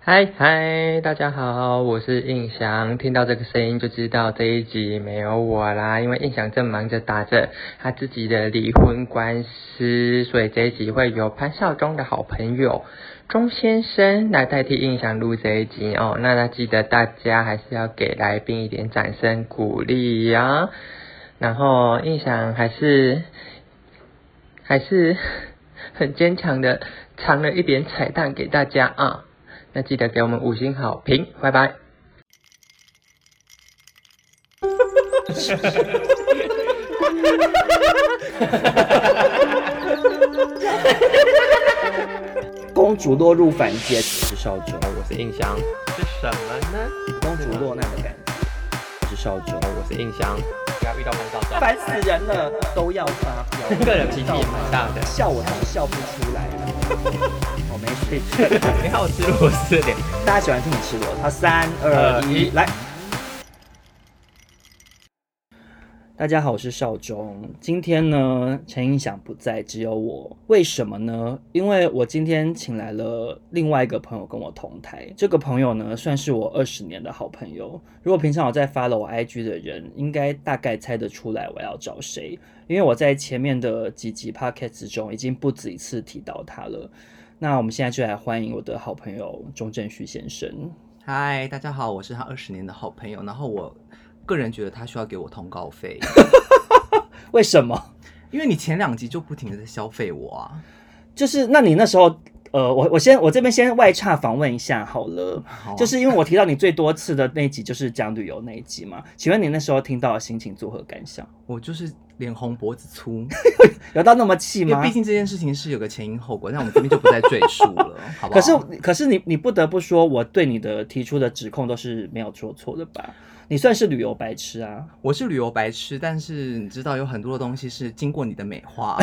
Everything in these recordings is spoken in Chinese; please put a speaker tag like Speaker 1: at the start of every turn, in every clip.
Speaker 1: 嗨嗨，大家好，我是印翔。听到这个声音就知道这一集没有我啦，因为印翔正忙着打着他自己的离婚官司，所以这一集会由潘少忠的好朋友钟先生来代替印翔录这一集哦。那那记得大家还是要给来宾一点掌声鼓励呀、然后印象还是还是很坚强的藏了一点彩蛋给大家啊，那记得给我们五星好评，拜拜。
Speaker 2: 公主落入凡间，是少主，
Speaker 1: 我是印象，是什么呢？
Speaker 2: 公主落难的感觉，是少主，
Speaker 1: 我是印象，不要遇到潘少忠，
Speaker 2: 烦死人了，都要发飙，
Speaker 1: 个人脾气也蛮大的。
Speaker 2: 笑我是笑不出来， 我没睡觉，
Speaker 1: 你看我吃螺丝脸，呃
Speaker 2: 大家喜欢听你吃螺，好，三二一，来。大家好，我是少忠。今天呢，陈映响不在，只有我。为什么呢？因为我今天请来了另外一个朋友跟我同台。这个朋友呢，算是我二十年的好朋友。如果平常有在 follow 我 IG 的人，应该大概猜得出来我要找谁，因为我在前面的几集 podcast 中已经不止一次提到他了。那我们现在就来欢迎我的好朋友钟正旭先生。
Speaker 3: 嗨，大家好，我是他二十年的好朋友。然后我个人觉得他需要给我通告 费，
Speaker 2: 为什么？
Speaker 3: 因为你前两集就不停的在消费我啊。
Speaker 2: 就是那你那时候，呃，我我先我这边先外插访问一下好了，
Speaker 3: 好啊
Speaker 2: 就是因为我提到你最多次的那一集就是讲旅游那一集嘛，请问你那时候听到的心情作何感想？
Speaker 3: 我就是脸红脖子粗，
Speaker 2: 有到那么气
Speaker 3: 因为
Speaker 2: 吗
Speaker 3: 毕？竟这件事情是有个前因后果，但我们这边就不再赘述了，好不好？
Speaker 2: 可是可是你你不得不说，我对你的提出的指控都是没有做错的吧？你算是旅游白痴啊！
Speaker 3: 我是旅游白痴，但是你知道有很多的东西是经过你的美 化，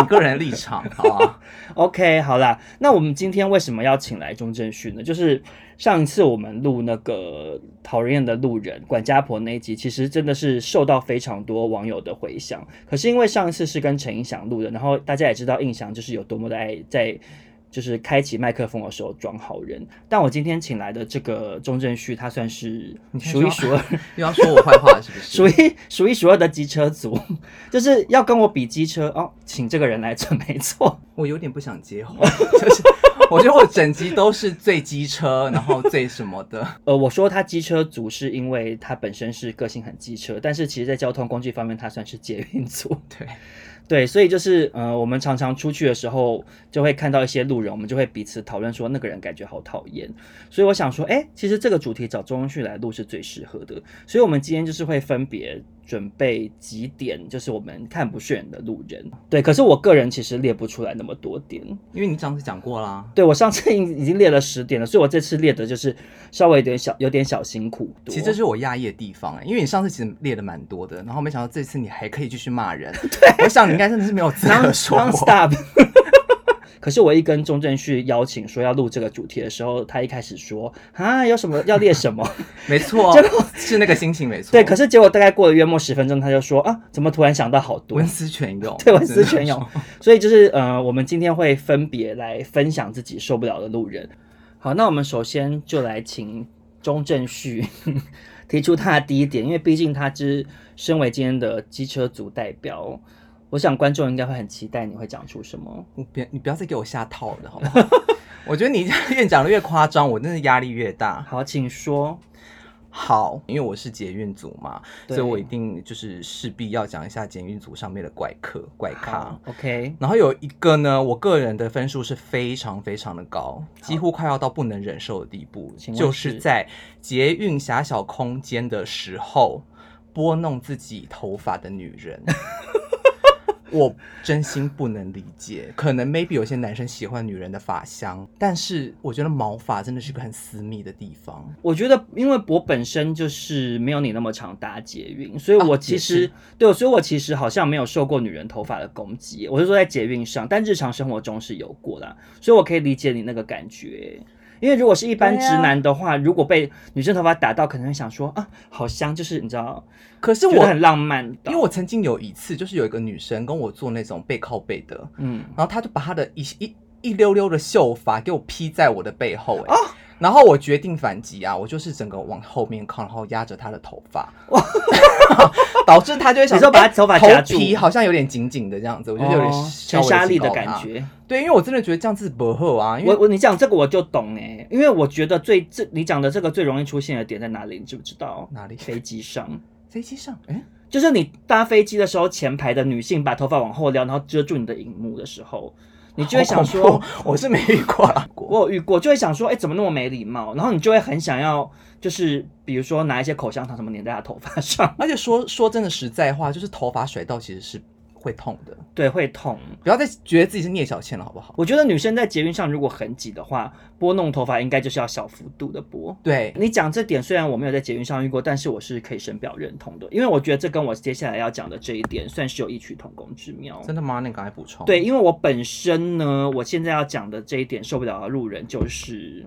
Speaker 3: 你个人的立场，好啊吧？
Speaker 2: OK，好啦，那我们今天为什么要请来钟正旭呢？就是上一次我们录那个讨人厌的路人管家婆那一集，其实真的是受到非常多网友的回响。可是因为上一次是跟陈映响录的，然后大家也知道映响就是有多么的爱在。就是开启麦克风的时候装好人，但我今天请来的这个钟正旭，他算是
Speaker 3: 你先
Speaker 2: 数一数二，
Speaker 3: 又要说我坏话了是不
Speaker 2: 数
Speaker 3: 是？
Speaker 2: 一数一数二的机车族，就是要跟我比机车哦，请这个人来准没错。
Speaker 3: 我有点不想接话，就是我觉得我整集都是最机车，然后最什么的。
Speaker 2: 呃，我说他机车族是因为他本身是个性很机车，但是其实在交通工具方面，他算是捷运族。
Speaker 3: 对
Speaker 2: 对，所以就是呃，我们常常出去的时候，就会看到一些路人，我们就会彼此讨论说那个人感觉好讨厌。所以我想说，哎，其实这个主题找周文旭来录是最适合的。所以我们今天就是会分别准备几点，就是我们看不顺眼的路人。对，可是我个人其实列不出来那么多点。
Speaker 3: 因为你上次讲过啦，
Speaker 2: 对我上次已已经列了十点了，所以我这次列的就是稍微有点小有点小辛苦多。
Speaker 3: 其实这是我讶异的地方、欸，因为你上次其实列的蛮多的，然后没想到这次你还可以继续 骂人。我想你应该真的是没有资格 说
Speaker 2: Non
Speaker 3: 我。
Speaker 2: stop 可是我一跟钟正旭邀请说要录这个主题的时候，他一开始说啊有什么要列什 么，
Speaker 3: 没错
Speaker 2: 结果，
Speaker 3: 是那个心情没错。
Speaker 2: 对，可是结果大概过了约莫十分钟，他就说啊怎么突然想到好多
Speaker 3: 文，思泉涌，
Speaker 2: 对文思泉
Speaker 3: 只
Speaker 2: 涌
Speaker 3: 能说。，
Speaker 2: 所以就是呃我们今天会分别来分享自己受不了的路人。好，那我们首先就来请钟正旭 提出他的第一点，因为毕竟他之身为今天的机车族代表，我想观众应该会很期待你会讲出什么。
Speaker 3: 我别你不要再给我下套了，好不好？ 我觉得你越讲的越夸张，我真的压力越大。
Speaker 2: 好，请说。
Speaker 3: 好，因为我是捷运组嘛，
Speaker 2: 对
Speaker 3: 所以我一定就是势必要讲一下捷运组上面的怪客怪咖
Speaker 2: 好。，OK，
Speaker 3: 然后有一个呢，我个人的分数是非常非常的高，几乎快要到不能忍受的地步，
Speaker 2: 请问
Speaker 3: 就是
Speaker 2: 是
Speaker 3: 在捷运狭小空间的时候拨弄自己头发的女 人。我真心不能理解，可能 maybe 有些男生喜欢女人的发香，但是我觉得毛发真的是个很私密的地方。
Speaker 2: 我觉得因为我本身就是没有你那么常搭捷运，所以我
Speaker 3: 啊
Speaker 2: 其
Speaker 3: 也
Speaker 2: 实、
Speaker 3: 是
Speaker 2: 对，所以我其实好像没有受过女人头发的攻击。我是说在捷运上，但日常生活中是有过啦，所以我可以理解你那个感觉。因为如果是一般
Speaker 3: 对
Speaker 2: 直
Speaker 3: 啊
Speaker 2: 男的话，如果被女生头发打到，可能会想说啊，好香，就是你知道，
Speaker 3: 可是
Speaker 2: 就
Speaker 3: 我
Speaker 2: 很浪漫的。
Speaker 3: 因为我曾经有一次，就是有一个女生跟我做那种背靠背的，
Speaker 2: 嗯，哦
Speaker 3: 然后他就把他的一一一溜溜的秀发给我披在我的背后、哎、然后我决定反击啊，我就是整个往后面靠，然后压着他的头发， 导致他就会想
Speaker 2: 你说把他
Speaker 3: 哎
Speaker 2: 头发
Speaker 3: 头
Speaker 2: 夹住
Speaker 3: 皮好像有点紧紧的这样子，我觉得有点
Speaker 2: 哦全
Speaker 3: 稍微
Speaker 2: 沙粒
Speaker 3: 警告
Speaker 2: 的感
Speaker 3: 他。
Speaker 2: 觉。
Speaker 3: 对，因为我真的觉得这样子不厚啊，因为
Speaker 2: 我我你讲这个我就懂哎、因为我觉得最这你讲的这个最容易出现的点在哪里，你知不知道？
Speaker 3: 哪里
Speaker 2: 飞机上，
Speaker 3: 飞机上，哎、
Speaker 2: 就是你搭飞机的时候，前排的女性把头发往后撩，然后遮住你的荧幕的时候，你就会
Speaker 3: 好
Speaker 2: 想
Speaker 3: 恐
Speaker 2: 说
Speaker 3: 怖，我是没遇过啦。
Speaker 2: 我有遇过，就会想说，哎、怎么那么没礼貌？然后你就会很想要，就是比如说拿一些口香糖什么粘在她头发上，
Speaker 3: 而且说说真的实在话，就是头发甩到其实是会痛的，
Speaker 2: 对，会痛。
Speaker 3: 不要再觉得自己是聂小倩了，好不好？
Speaker 2: 我觉得女生在捷运上如果很挤的话，拨弄头发应该就是要小幅度的拨。
Speaker 3: 对，
Speaker 2: 你讲这点虽然我没有在捷运上遇过，但是我是可以深表认同的，因为我觉得这跟我接下来要讲的这一点算是有异曲同工之妙。
Speaker 3: 真的吗？那你赶快补充。
Speaker 2: 对，，因为我本身呢，我现在要讲的这一点受不了的路人就是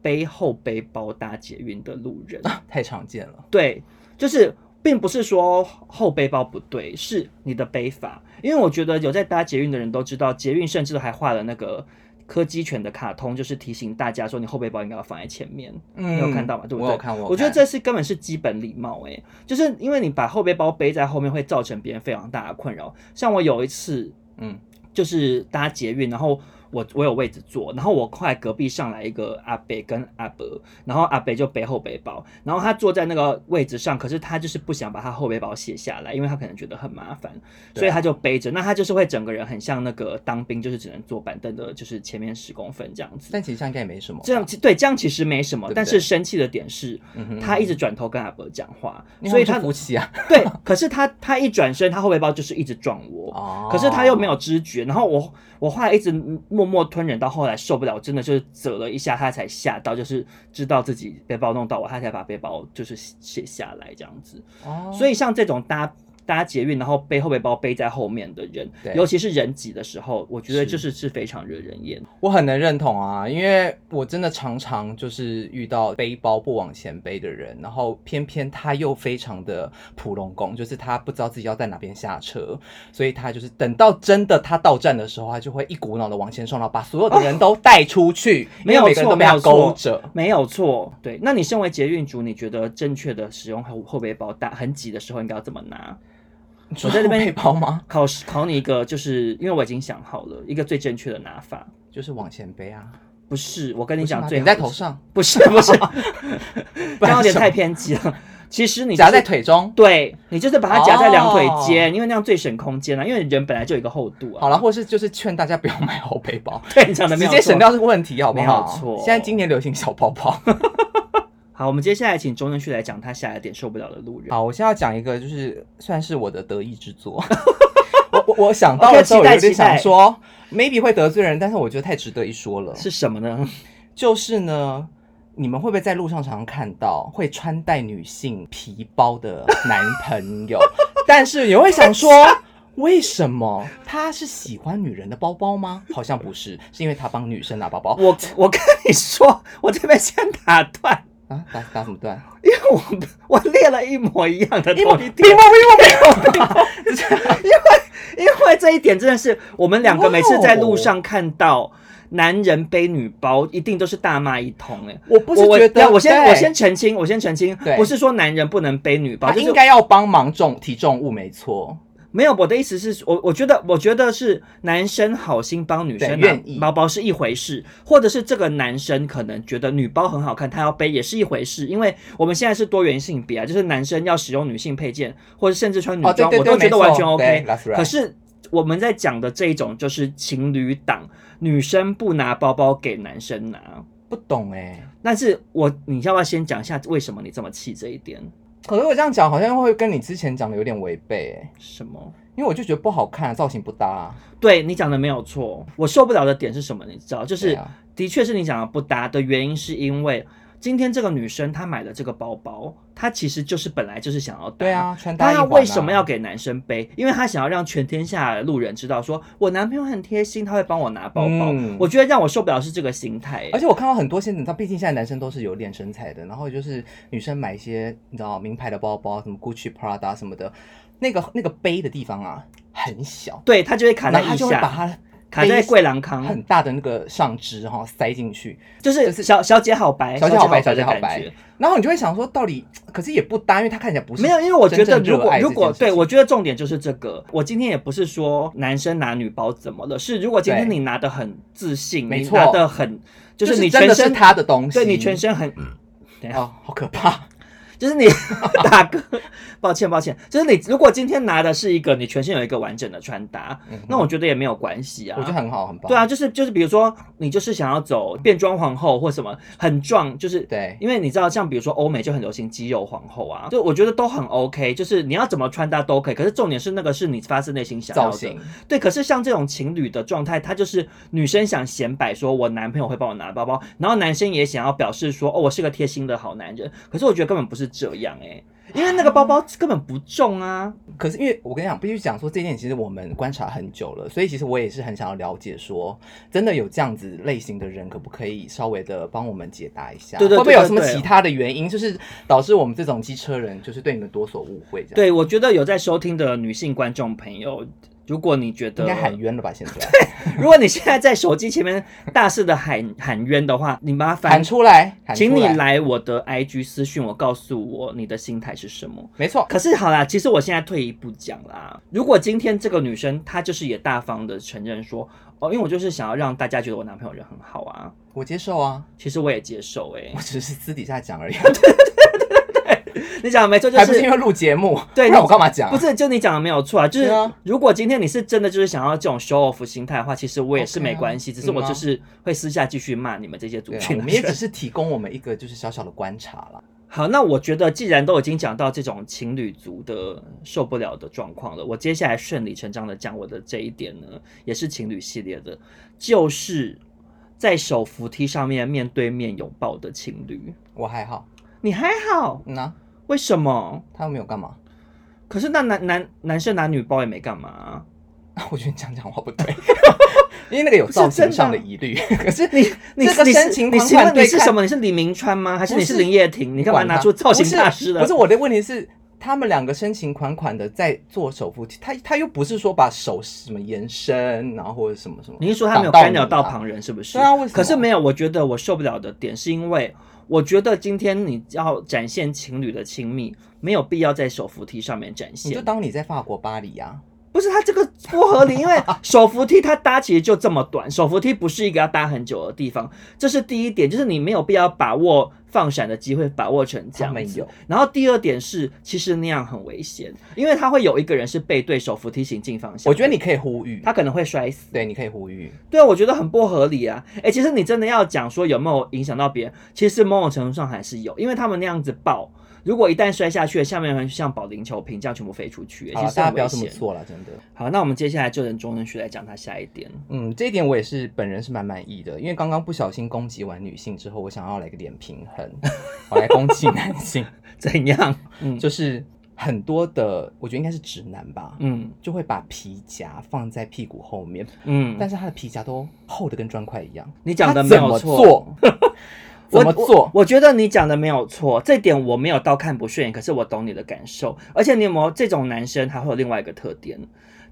Speaker 2: 背后背包搭捷运的路人。
Speaker 3: 太常见了。
Speaker 2: 对，就是并不是说后背包不对，是你的背法。因为我觉得有在搭捷运的人都知道，捷运甚至还画了那个柯基犬的卡通，就是提醒大家说你后背包应该要放在前面。
Speaker 3: 嗯
Speaker 2: 你有看到吗？对不对？
Speaker 3: 我有看，我有
Speaker 2: 我觉得
Speaker 3: 看
Speaker 2: 这是根本是基本礼貌哎、就是因为你把后背包背在后面，会造成别人非常大的困扰。像我有一次，
Speaker 3: 嗯，
Speaker 2: 就是搭捷运，然后我我有位置坐，然后我快隔壁上来一个阿北跟阿伯，然后阿北就背后背包，然后他坐在那个位置上，可是他就是不想把他后背包卸下来，因为他可能觉得很麻烦，
Speaker 3: 对啊
Speaker 2: 所以他就背着。那他就是会整个人很像那个当兵，就是只能坐板凳的，就是前面十公分这样子。
Speaker 3: 但其实上应该也没什么。
Speaker 2: 这样，其对这样其实没什么，
Speaker 3: 对不对
Speaker 2: 但是生气的点是，
Speaker 3: 嗯哼
Speaker 2: 他一直转头跟阿伯讲话，
Speaker 3: 因为
Speaker 2: 所以
Speaker 3: 他
Speaker 2: 他
Speaker 3: 们是夫妻啊。
Speaker 2: 对，可是他他一转身，他后背包就是一直撞我。
Speaker 3: 哦
Speaker 2: 可是他又没有知觉，然后我我后来一直默默吞忍到后来受不了，真的就是折了一下，他才吓到，就是知道自己背包弄到我，他才把背包就是卸下来这样子。
Speaker 3: 哦，
Speaker 2: 所以像这种搭搭捷运，然后背后背包背在后面的人
Speaker 3: 对，
Speaker 2: 尤其是人挤的时候，我觉得
Speaker 3: 是
Speaker 2: 就是是非常惹人厌。
Speaker 3: 我很能认同啊，因为我真的常常就是遇到背包不往前背的人，然后偏偏他又非常的普龙工，就是他不知道自己要在哪边下车，所以他就是等到真的他到站的时候，他就会一股脑的往前冲，然后把所有的人都带出去，
Speaker 2: 没
Speaker 3: 因为
Speaker 2: 有
Speaker 3: 每个
Speaker 2: 错
Speaker 3: 人都被
Speaker 2: 没
Speaker 3: 他
Speaker 2: 有
Speaker 3: 勾
Speaker 2: 错
Speaker 3: 着。
Speaker 2: 没有错，对。那你身为捷运主，你觉得正确的使用后后背包搭很挤的时候应该要怎么拿？
Speaker 3: 我在这边背包吗？
Speaker 2: 考试考你一个，就是因为我已经想好了一个最正确的拿法。
Speaker 3: 就是往前背啊，
Speaker 2: 不是，我跟
Speaker 3: 不
Speaker 2: 你
Speaker 3: 是吗
Speaker 2: 讲，最
Speaker 3: 啊顶在
Speaker 2: 好
Speaker 3: 头
Speaker 2: 是，
Speaker 3: 上，
Speaker 2: 不是不 是，刚刚有点太偏激了。其实你、就
Speaker 3: 夹在
Speaker 2: 是、
Speaker 3: 腿中。
Speaker 2: 对你就是把它夹在两腿
Speaker 3: 哦
Speaker 2: 间，因为那样最省空间啊。因为人本来就有一个厚度啊。
Speaker 3: 好了，，或是就是劝大家不要买 厚背包，
Speaker 2: 对，你讲的没
Speaker 3: 直
Speaker 2: 有
Speaker 3: 接
Speaker 2: 错
Speaker 3: 省掉这个问题，好不好？
Speaker 2: 没有错
Speaker 3: 现在今年流行小 包包。
Speaker 2: 好，我们接下来请钟正旭来讲他下一点受不了的路人。
Speaker 3: 好，我现在要讲一个，就是算是我的得意之作。 我我我想到
Speaker 2: OK，
Speaker 3: 的时候，
Speaker 2: 期待
Speaker 3: 有点
Speaker 2: 期
Speaker 3: 想
Speaker 2: 待
Speaker 3: 说，maybe 会得罪人，但是我觉得太值得一说了。
Speaker 2: 是什么呢？
Speaker 3: 就是呢，你们会不会在路上常常看到会穿戴女性皮包的男 朋友？但是也会想说，为什么他是喜欢女人的包包吗？好像不是，是因为他帮女生拿包包
Speaker 2: 我我跟你说，我这边先打断。
Speaker 3: 啊？打打什么 断？
Speaker 2: 因为我我列了一模一样的
Speaker 3: 一模
Speaker 2: 同
Speaker 3: 一
Speaker 2: 一
Speaker 3: 模
Speaker 2: 点，
Speaker 3: 一模
Speaker 2: 因为因为这一点真的是我们两个每次在
Speaker 3: 哦
Speaker 2: 路上看到男人背女包，一定都是大骂一通哎、欸。
Speaker 3: 我不是
Speaker 2: 我
Speaker 3: 觉得，
Speaker 2: 我我先
Speaker 3: 对
Speaker 2: 我先澄清，我先澄清
Speaker 3: 对，
Speaker 2: 不是说男人不能背女包，
Speaker 3: 他
Speaker 2: 就是
Speaker 3: 应该要帮忙重提重物，没错。
Speaker 2: 没有我的意思是我我觉得我觉得是男生好心帮女
Speaker 3: 对
Speaker 2: 生
Speaker 3: 愿意
Speaker 2: 拿包包是一回事，或者是这个男生可能觉得女包很好看，他要背也是一回事，因为我们现在是多元性别啊，就是男生要使用女性配件，或者甚至穿女
Speaker 3: 哦对
Speaker 2: 装，嗯
Speaker 3: 对对
Speaker 2: 我都觉得
Speaker 3: 没错
Speaker 2: 完全 OK
Speaker 3: 对，that's right。
Speaker 2: 可是我们在讲的这一种就是情侣档，女生不拿包包给男生拿，
Speaker 3: 不懂哎、
Speaker 2: 但是我你要不要先讲一下为什么你这么气这一点？
Speaker 3: 可是我这样讲好像会跟你之前讲的有点违背哎、
Speaker 2: 什么？
Speaker 3: 因为我就觉得不好看，造型不搭、啊。
Speaker 2: 对你讲的没有错，我受不了的点是什么？你知道，就
Speaker 3: 对
Speaker 2: 是、
Speaker 3: 啊
Speaker 2: 的确是你讲的不搭的原因，是因为今天这个女生她买的这个包包，她其实就是本来就是想要搭
Speaker 3: 对，啊，穿搭、
Speaker 2: 她
Speaker 3: 啊、
Speaker 2: 为什么要？给男生背？因为她想要让全天下的路人知道说，我男朋友很贴心，他会帮我拿包包。
Speaker 3: 嗯
Speaker 2: 我觉得让我受不了是这个心态、
Speaker 3: 而且我看到很多现在，你知道，毕竟现在男生都是有练身材的，然后就是女生买一些你知道名牌的包包，什么 Gucci、Prada 什么的，那个那个背的地方啊很小，
Speaker 2: 对她就会卡
Speaker 3: 然后
Speaker 2: 在
Speaker 3: 他
Speaker 2: 腋
Speaker 3: 就会把
Speaker 2: 下，
Speaker 3: 它
Speaker 2: 卡在贵郎康，
Speaker 3: 很大的那个上肢哈、塞进去，
Speaker 2: 就是小小姐好白，
Speaker 3: 小姐好白，小
Speaker 2: 姐
Speaker 3: 姐好
Speaker 2: 的感
Speaker 3: 白
Speaker 2: 觉。。
Speaker 3: 然后你就会想说，到底可是也不搭，因为他看起来不是
Speaker 2: 没有，因为我觉
Speaker 3: 真
Speaker 2: 得
Speaker 3: 正
Speaker 2: 如
Speaker 3: 热
Speaker 2: 果
Speaker 3: 爱
Speaker 2: 如
Speaker 3: 这
Speaker 2: 果
Speaker 3: 件事
Speaker 2: 对
Speaker 3: 情
Speaker 2: 我觉得重点就是这个，我今天也不是说男生拿女包怎么了，是如果今天
Speaker 3: 对
Speaker 2: 你拿的很自信，
Speaker 3: 没
Speaker 2: 你
Speaker 3: 错
Speaker 2: 拿的很就
Speaker 3: 就是
Speaker 2: 你
Speaker 3: 真
Speaker 2: 全
Speaker 3: 的是
Speaker 2: 身
Speaker 3: 他的东西，
Speaker 2: 对你全身很啊
Speaker 3: 哦，好可怕，
Speaker 2: 就是 你大哥，抱歉抱歉，就是你如果今天拿的是一个你全身有一个完整的穿搭，那我觉得也没有关系啊，
Speaker 3: 嗯我觉得很好，很棒。
Speaker 2: 对啊，就是就是，比如说你就是想要走变装皇后或什么很壮，就是
Speaker 3: 对
Speaker 2: 因为你知道像比如说欧美就很流行肌肉皇后啊，就我觉得都很 OK，就是你要怎么穿搭都可以，可是重点是那个是你发自内心想要
Speaker 3: 造
Speaker 2: 的，
Speaker 3: 型，
Speaker 2: 对，可是像这种情侣的状态，他就是女生想显摆说我男朋友会帮我拿包包，然后男生也想要表示说哦我是个贴心的好男人，可是我觉得根本不是这样哎、因为那个包包根本不重啊，
Speaker 3: 可是因为我跟你讲，必须讲说这件，其实我们观察很久了，所以其实我也是很想要了解说，真的有这样子类型的人，可不可以稍微的帮我们解答一下？
Speaker 2: 对对对
Speaker 3: 会不会有什么
Speaker 2: 对对
Speaker 3: 其他的原因，就是导致我们这种机车人，就是对你们多所误会这样？
Speaker 2: 对我觉得有在收听的女性观众朋友，如果你觉
Speaker 3: 应
Speaker 2: 得
Speaker 3: 该喊冤了吧？现在
Speaker 2: 如果你现在在手机前面大肆的喊喊冤的话，你麻烦
Speaker 3: 喊出来，喊出
Speaker 2: 请你
Speaker 3: 来，
Speaker 2: 来我的 IG 私讯我，告诉我你的心态是什么。
Speaker 3: 没错，
Speaker 2: 可是好啦，其实我现在退一步讲啦，如果今天这个女生她就是也大方的承认说，哦，因为我就是想要让大家觉得我男朋友人很好啊，
Speaker 3: 我接受啊，
Speaker 2: 其实我也接受哎、
Speaker 3: 我只是私底下讲而已，
Speaker 2: 你讲的没错，就
Speaker 3: 还不是因
Speaker 2: 是。
Speaker 3: 为录节目，
Speaker 2: 对
Speaker 3: 那我干嘛讲啊？
Speaker 2: 不是，就你讲的没有错啊，就是
Speaker 3: 对啊
Speaker 2: 如果今天你是真的就是想要这种 show off 心态的话，其实我也是
Speaker 3: OK 啊
Speaker 2: 没关系只是我
Speaker 3: 嗯啊
Speaker 2: 就是会私下继续骂你们这些族
Speaker 3: 对啊，
Speaker 2: 群
Speaker 3: 我
Speaker 2: 的
Speaker 3: 们也
Speaker 2: 人。
Speaker 3: 只是提供我们一个就是小小的观察啦。
Speaker 2: 好，那我觉得既然都已经讲到这种情侣族的受不了的状况了，我接下来顺理成章的讲我的这一点呢，也是情侣系列的，就是在手扶梯上面面对面拥抱的情侣。
Speaker 3: 我还好，
Speaker 2: 你还好？
Speaker 3: 嗯啊，
Speaker 2: 为什么？
Speaker 3: 他又没有干嘛。
Speaker 2: 可是那男男男生男女包也没干嘛啊、
Speaker 3: 我觉得你这样讲话 不对，因为那个有造型上的疑虑。可 是
Speaker 2: 你你
Speaker 3: 这个
Speaker 2: 你
Speaker 3: 深
Speaker 2: 是
Speaker 3: 情
Speaker 2: 你
Speaker 3: 款
Speaker 2: 请问
Speaker 3: 款
Speaker 2: 你
Speaker 3: 对
Speaker 2: 是
Speaker 3: 看
Speaker 2: 什么？你是李明川吗？还是
Speaker 3: 不
Speaker 2: 你是
Speaker 3: 是
Speaker 2: 林叶婷？你干嘛
Speaker 3: 管他
Speaker 2: 拿出造型大师
Speaker 3: 不
Speaker 2: 的？
Speaker 3: 是不是我的问题是，他们两个深情款款的在做手扶梯，他他又不是说把手什么延伸，然后或者什么什么。
Speaker 2: 你是说他没有
Speaker 3: 挡
Speaker 2: 干扰
Speaker 3: 你
Speaker 2: 到
Speaker 3: 啊
Speaker 2: 旁人，是不是？
Speaker 3: 对啊为什么
Speaker 2: 可是没有，我觉得我受不了的点是因为，我觉得今天你要展现情侣的亲密，没有必要在手扶梯上面展
Speaker 3: 你就
Speaker 2: 现。
Speaker 3: 当你在法国巴黎啊，
Speaker 2: 不是，它这个不合理，因为手扶梯它搭其实就这么短，手扶梯不是一个要搭很久的地方，这是第一点，就是你没有必要把握放闪的机会，把握成这
Speaker 3: 他
Speaker 2: 样
Speaker 3: 们
Speaker 2: 子
Speaker 3: 有。
Speaker 2: 然后第二点是，其实那样很危险，因为他会有一个人是背对手扶梯行进方向，
Speaker 3: 我觉得你可以呼吁
Speaker 2: 他，可能会摔死。
Speaker 3: 对，你可以呼吁，
Speaker 2: 对啊，我觉得很不合理啊！哎、其实你真的要讲说有没有影响到别人，其实某种程度上还是有，因为他们那样子抱，如果一旦摔下去，下面会像保龄球瓶这样全部飞出去、
Speaker 3: 好
Speaker 2: 其
Speaker 3: 了，
Speaker 2: 实
Speaker 3: 大家
Speaker 2: 很
Speaker 3: 不要
Speaker 2: 危
Speaker 3: 这么
Speaker 2: 险。
Speaker 3: 做了，真的。
Speaker 2: 好，那我们接下来就等中正旭来讲他下一点。
Speaker 3: 嗯，这一点我也是本人是蛮满意的，因为刚刚不小心攻击完女性之后，我想要来个点平衡，我来攻击男性。
Speaker 2: 怎样？嗯
Speaker 3: 就是很多的，我觉得应该是直男吧，
Speaker 2: 嗯
Speaker 3: 就会把皮夹放在屁股后面，但
Speaker 2: 嗯，
Speaker 3: 是他的皮夹都厚的跟砖块一样。
Speaker 2: 你讲的
Speaker 3: 他
Speaker 2: 没
Speaker 3: 怎
Speaker 2: 有
Speaker 3: 么
Speaker 2: 错。
Speaker 3: 做？ 怎么
Speaker 2: 我
Speaker 3: 做？
Speaker 2: 我觉得你讲的没有错，这点我没有到看不顺眼，可是我懂你的感受。而且你有没有这种男生，还会有另外一个特点，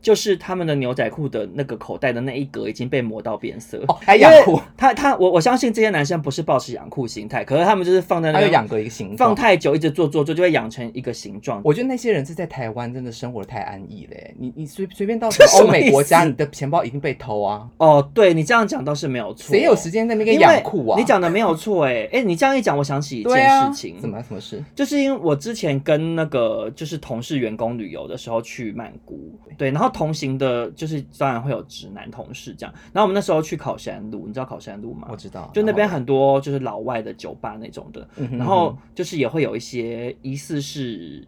Speaker 2: 就是他们的牛仔裤的那个口袋的那一格已经被磨到变色。
Speaker 3: 哦，还有养
Speaker 2: 因
Speaker 3: 裤
Speaker 2: 为，他他我我相信这些男生不是抱持养裤心态，可是他们就是放在那
Speaker 3: 还有
Speaker 2: 边
Speaker 3: 养个一个形
Speaker 2: 放
Speaker 3: 状。
Speaker 2: 太久，一直做做做就会养成一个形状。
Speaker 3: 我觉得那些人是在台湾真的生活得太安逸嘞、你你随随便到什么欧美国
Speaker 2: 这
Speaker 3: 家，
Speaker 2: 什么意思
Speaker 3: 你的钱包一定被偷啊！
Speaker 2: 哦，对你这样讲倒是没有错，
Speaker 3: 谁有时间在那边
Speaker 2: 因
Speaker 3: 给
Speaker 2: 为
Speaker 3: 养裤啊？
Speaker 2: 你讲的没有错、欸，哎哎，你这样一讲，我想起一
Speaker 3: 对
Speaker 2: 件
Speaker 3: 啊，
Speaker 2: 事情，
Speaker 3: 怎么什么事？
Speaker 2: 就是因为我之前跟那个就是同事员工旅游的时候去曼谷，对，然后同行的就是当然会有直男同事这样，然后我们那时候去考山路，你知道考山路吗
Speaker 3: 我？知道，
Speaker 2: 啊就那边
Speaker 3: 然后
Speaker 2: 很多就是老外的酒吧那种的，
Speaker 3: 嗯哼
Speaker 2: 然后就是也会有一些疑似是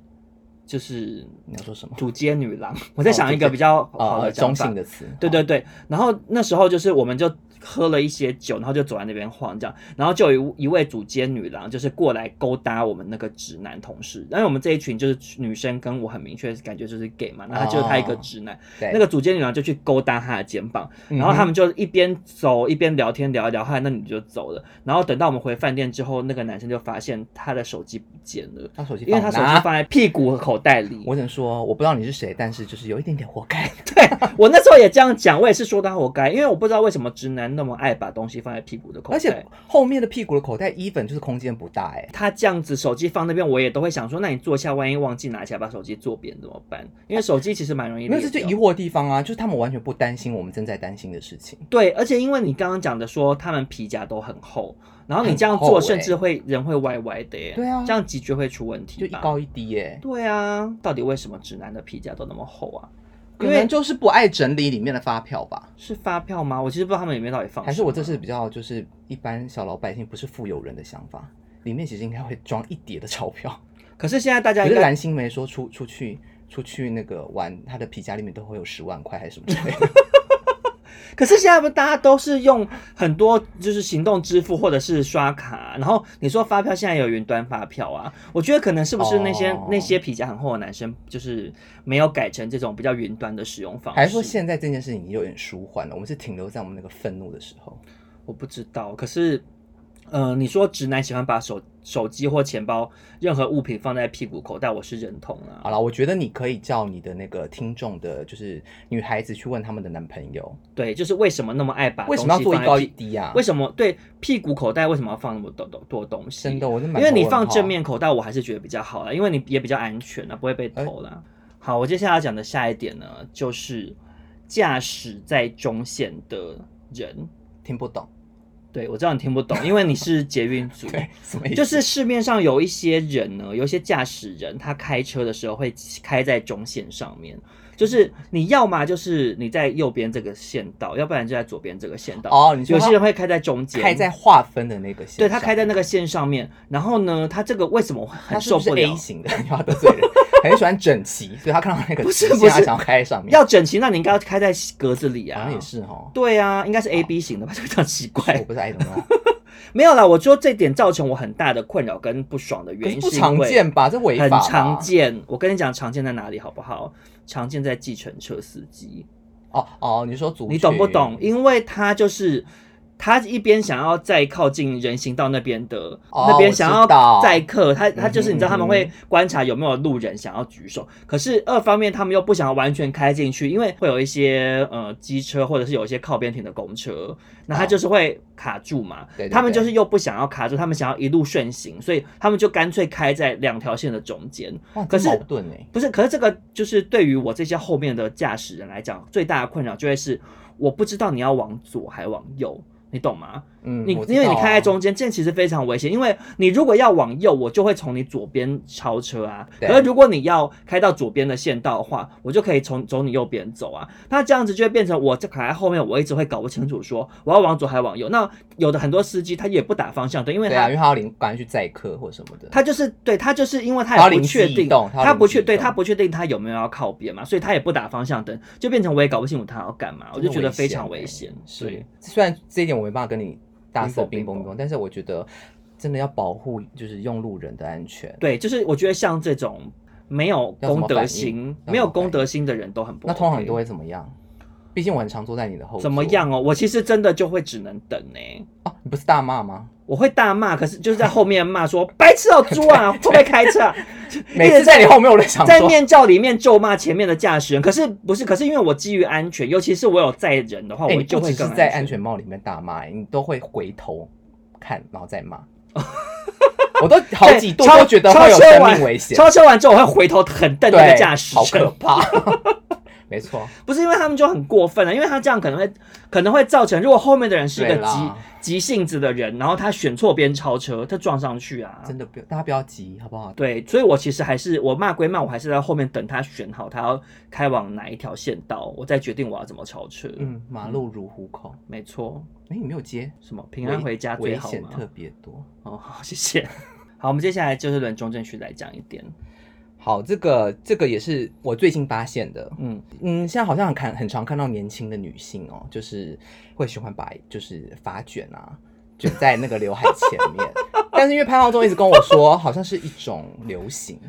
Speaker 2: 就是
Speaker 3: 你要说什么？
Speaker 2: 土街女郎，我在想一
Speaker 3: 土
Speaker 2: 个
Speaker 3: 街
Speaker 2: 比较好
Speaker 3: 呃，
Speaker 2: 的讲
Speaker 3: 中
Speaker 2: 法
Speaker 3: 性，的词，哦
Speaker 2: 对对对，然后那时候就是我们就喝了一些酒，然后就走在那边晃这样，然后就有一一位主街女郎就是过来勾搭我们那个直男同事，因为我们这一群就是女生跟我很明确感觉就是 gay 嘛，那他就是他一个
Speaker 3: 哦
Speaker 2: 直男，
Speaker 3: 对
Speaker 2: 那个主街女郎就去勾搭他的肩膀，
Speaker 3: 嗯
Speaker 2: 然后他们就一边走一边聊天聊一聊，后来那女就走了，然后等到我们回饭店之后，那个男生就发现他的手机不见了。
Speaker 3: 他手机
Speaker 2: 因为他手
Speaker 3: 放哪
Speaker 2: 机放在屁股口口袋里。
Speaker 3: 我想说，我不知道你是谁，但是就是有一点点活 该。
Speaker 2: 我那时候也这样讲，我也是说他活该，因为我不知道为什么直男那么爱把东西放在屁股的口袋。
Speaker 3: 而且后面的屁股的口袋，even 就是空间不大哎、
Speaker 2: 他这样子手机放那边，我也都会想说，那你坐下，万一忘记拿起来把手机坐扁怎么办？因为手机其实蛮容易
Speaker 3: 没
Speaker 2: 裂
Speaker 3: 有，这就
Speaker 2: 掉
Speaker 3: 疑惑的地方啊，就是他们完全不担心我们正在担心的事情。
Speaker 2: 对，而且因为你刚刚讲的说他们皮夹都很厚，然后你这样
Speaker 3: 很厚
Speaker 2: 做，
Speaker 3: 欸
Speaker 2: 甚至会人会歪歪的耶。
Speaker 3: 对啊
Speaker 2: 这样脊椎会出问题，
Speaker 3: 就一。高一低欸耶、
Speaker 2: 对啊，到底为什么直男的皮夹都那么厚啊？
Speaker 3: 可
Speaker 2: 因
Speaker 3: 能
Speaker 2: 为
Speaker 3: 就是不爱整理里面的发票吧，
Speaker 2: 是发票吗？我其实不知道他们里面到底放
Speaker 3: 还是我这
Speaker 2: 什么
Speaker 3: 是比较就是一般小老百姓不是富有人的想法，里面其实应该会装一叠的钞票。
Speaker 2: 可是现在大家
Speaker 3: 可
Speaker 2: 啊应
Speaker 3: 是
Speaker 2: 该
Speaker 3: 蓝心湄说出出去出去那个玩，她的皮夹里面都会有十万块还是什么之类 的。
Speaker 2: 可是现在不大家都是用很多就是行动支付或者是刷卡，然后你说发票现在有云端发票啊，我觉得可能是不是那些、
Speaker 3: 哦
Speaker 2: 那些皮夹很厚的男生就是没有改成这种比较云端的使用方式？
Speaker 3: 还是说现在这件事情已经有点舒缓了，我们是停留在我们那个愤怒的时候。
Speaker 2: 我不知道，可是。呃，你说直男喜欢把手手机或钱包任何物品放在屁股口袋，我是认同
Speaker 3: 好
Speaker 2: 啊。
Speaker 3: 了，我觉得你可以叫你的那个听众的，就是女孩子去问他们的男朋友，
Speaker 2: 对，就是为什么那么爱把
Speaker 3: 为什么要
Speaker 2: 东西
Speaker 3: 做
Speaker 2: 放
Speaker 3: 一
Speaker 2: 在
Speaker 3: 高一
Speaker 2: 屁
Speaker 3: 低啊？
Speaker 2: 为什么对屁股口袋为什么要放那么多多多东西？
Speaker 3: 真的，我真的
Speaker 2: 因为你放正面口袋，我还是觉得比较好啦，因为你也比较安全啦，不会被
Speaker 3: 哎
Speaker 2: 偷啦。好，我接下来要讲的下一点呢，就是驾驶在中线的人。
Speaker 3: 听 不懂，
Speaker 2: 对，我知道你听不懂，因为你是捷 运族。
Speaker 3: 对，什么意思？
Speaker 2: 就是市面上有一些人呢，有一些驾驶人，他开车的时候会开在中线上面，就是你要么就是你在右边这个线道，要不然就在左边这个线道。
Speaker 3: 哦，你说
Speaker 2: 有
Speaker 3: 他
Speaker 2: 些人会开在中间，
Speaker 3: 开在划分的那个线上，
Speaker 2: 对他开在那个线上面，然后呢，他这个为什么会
Speaker 3: 他
Speaker 2: 很
Speaker 3: 是不
Speaker 2: 受
Speaker 3: 是
Speaker 2: 不
Speaker 3: A
Speaker 2: 了？
Speaker 3: 型的， 你要得罪人，很喜欢整齐，所以他看到那个
Speaker 2: 不是
Speaker 3: 直线
Speaker 2: 不是
Speaker 3: 他想要开在上面，
Speaker 2: 要整齐，那你应该要开在格子里
Speaker 3: 好
Speaker 2: 啊
Speaker 3: 像。也是哦。
Speaker 2: 对啊，应该是 A B 型的吧？这个叫奇
Speaker 3: 我
Speaker 2: 怪。
Speaker 3: 不啊是 I don't know，
Speaker 2: 没有啦，我说这点造成我很大的困扰跟不爽的
Speaker 3: 可
Speaker 2: 原
Speaker 3: 是
Speaker 2: 因
Speaker 3: 不
Speaker 2: 是因
Speaker 3: 常
Speaker 2: 为
Speaker 3: 见吧？这违法
Speaker 2: 很
Speaker 3: 吧
Speaker 2: 常见。我跟你讲，常见在哪里好不好？常见在计程车司机，
Speaker 3: 哦哦，你说族
Speaker 2: 你懂不懂？
Speaker 3: 群
Speaker 2: 因为他就是。他一边想要再靠近人行道那边的，
Speaker 3: 哦
Speaker 2: 那边想
Speaker 3: 我知道
Speaker 2: 要载客，他他就是
Speaker 3: 嗯哼
Speaker 2: 你知道他们
Speaker 3: 嗯哼
Speaker 2: 会观察有没有路人想要举手，可是二方面他们又不想要完全开进去，因为会有一些呃机车或者是有一些靠边停的公车，那他
Speaker 3: 哦
Speaker 2: 就是会卡住嘛。
Speaker 3: 对对
Speaker 2: 他们
Speaker 3: 对
Speaker 2: 就是又不想要卡住，他们想要一路顺行，所以他们就干脆开在两条线的中间。
Speaker 3: 哇，
Speaker 2: 可
Speaker 3: 这
Speaker 2: 是
Speaker 3: 矛盾哎，
Speaker 2: 不是，可是这个就是对于我这些后面的驾驶人来讲，最大的困扰就会是我不知道你要往左还往右，你懂吗？
Speaker 3: 嗯，
Speaker 2: 你、
Speaker 3: 我知
Speaker 2: 因为你
Speaker 3: 道啊
Speaker 2: 开在中间，这其实非常危险，因为你如果要往右，我就会从你左边超车啊。
Speaker 3: 对
Speaker 2: 可是如果你要开到左边的线道的话，我就可以从走你右边走啊。那这样子就会变成我这卡在后面，我一直会搞不清楚说我要往左还往右。那有的很多司机他也不打方向灯，因为
Speaker 3: 对
Speaker 2: 他
Speaker 3: 啊，因为他要领赶快去载客或什么的，
Speaker 2: 他就是对他就是因为
Speaker 3: 他
Speaker 2: 他
Speaker 3: 要
Speaker 2: 也
Speaker 3: 灵
Speaker 2: 不
Speaker 3: 机
Speaker 2: 确
Speaker 3: 一
Speaker 2: 定，
Speaker 3: 动他要
Speaker 2: 他
Speaker 3: 灵
Speaker 2: 不
Speaker 3: 机
Speaker 2: 确
Speaker 3: 一
Speaker 2: 对
Speaker 3: 动
Speaker 2: 他不确定他有没有要靠边嘛，所以他也不打方向灯，就变成我也搞不清楚他要干嘛，我就觉得非常危险。
Speaker 3: 欸是
Speaker 2: 对，，
Speaker 3: 虽然这一点我没办法跟你大肆
Speaker 2: 冰
Speaker 3: 冰
Speaker 2: 雹冰
Speaker 3: 崩冰崩，但是我觉得真的要保护就是用路人的安全。
Speaker 2: 对，就是我觉得像这种没有
Speaker 3: 要怎么
Speaker 2: 公德
Speaker 3: 反应要
Speaker 2: 心
Speaker 3: 怎、么
Speaker 2: 没有
Speaker 3: 反
Speaker 2: 公德心的人都很不、
Speaker 3: 那通常你都会怎么样？毕竟我很常坐在你的后座。
Speaker 2: 怎么样哦？我其实真的就会只能等呢、
Speaker 3: 啊？你不是大 骂吗？
Speaker 2: 我会大骂，可是就是在后面骂说白痴哦猪 啊，会不会开车、啊？
Speaker 3: 每次在你后面，我都 想
Speaker 2: 在
Speaker 3: 说，
Speaker 2: 面罩里面咒骂前面的驾驶人，可是不是？可是因为我基于安全，尤其是我有载人的话，
Speaker 3: 哎，
Speaker 2: 哦我
Speaker 3: 你
Speaker 2: 就
Speaker 3: 不
Speaker 2: 会
Speaker 3: 只
Speaker 2: 更
Speaker 3: 是在安全帽里面大骂，你都会回头看，然后再骂。我都好几度
Speaker 2: 对
Speaker 3: 都觉得
Speaker 2: 超
Speaker 3: 会有
Speaker 2: 超车
Speaker 3: 生
Speaker 2: 完
Speaker 3: 命危险，
Speaker 2: 超车完之后，我会回头很瞪那个
Speaker 3: 对，
Speaker 2: 驾驶
Speaker 3: 好可
Speaker 2: 人，
Speaker 3: 怕。 没错，
Speaker 2: 不是因为他们就很过分了，啊因为他这样可能会可能会造成，如果后面的人是一个
Speaker 3: 对
Speaker 2: 急
Speaker 3: 啦
Speaker 2: 急性子的人，然后他选错边超车，他撞上去啊。
Speaker 3: 真的不要，大家不要急，好不好？
Speaker 2: 对，所以我其实还是我骂归骂，我还是在后面等他选好他要开往哪一条线道，我再决定我要怎么超车。嗯，
Speaker 3: 嗯，马路如虎口。
Speaker 2: 没错，
Speaker 3: 哎，你没有接，
Speaker 2: 什么平安回家
Speaker 3: 危
Speaker 2: 最
Speaker 3: 危
Speaker 2: 好
Speaker 3: 险
Speaker 2: 嘛。
Speaker 3: 特别多。
Speaker 2: 哦，好，谢谢。好，我们接下来就是轮中正区来讲一点。
Speaker 3: 好，这个这个也是我最近发现的。
Speaker 2: 嗯，
Speaker 3: 嗯，现在好像很看很常看到年轻的女性哦，就是会喜欢把就是发卷啊卷在那个刘海前面， 但是因为潘浩中一直跟我说，好像是一种流行，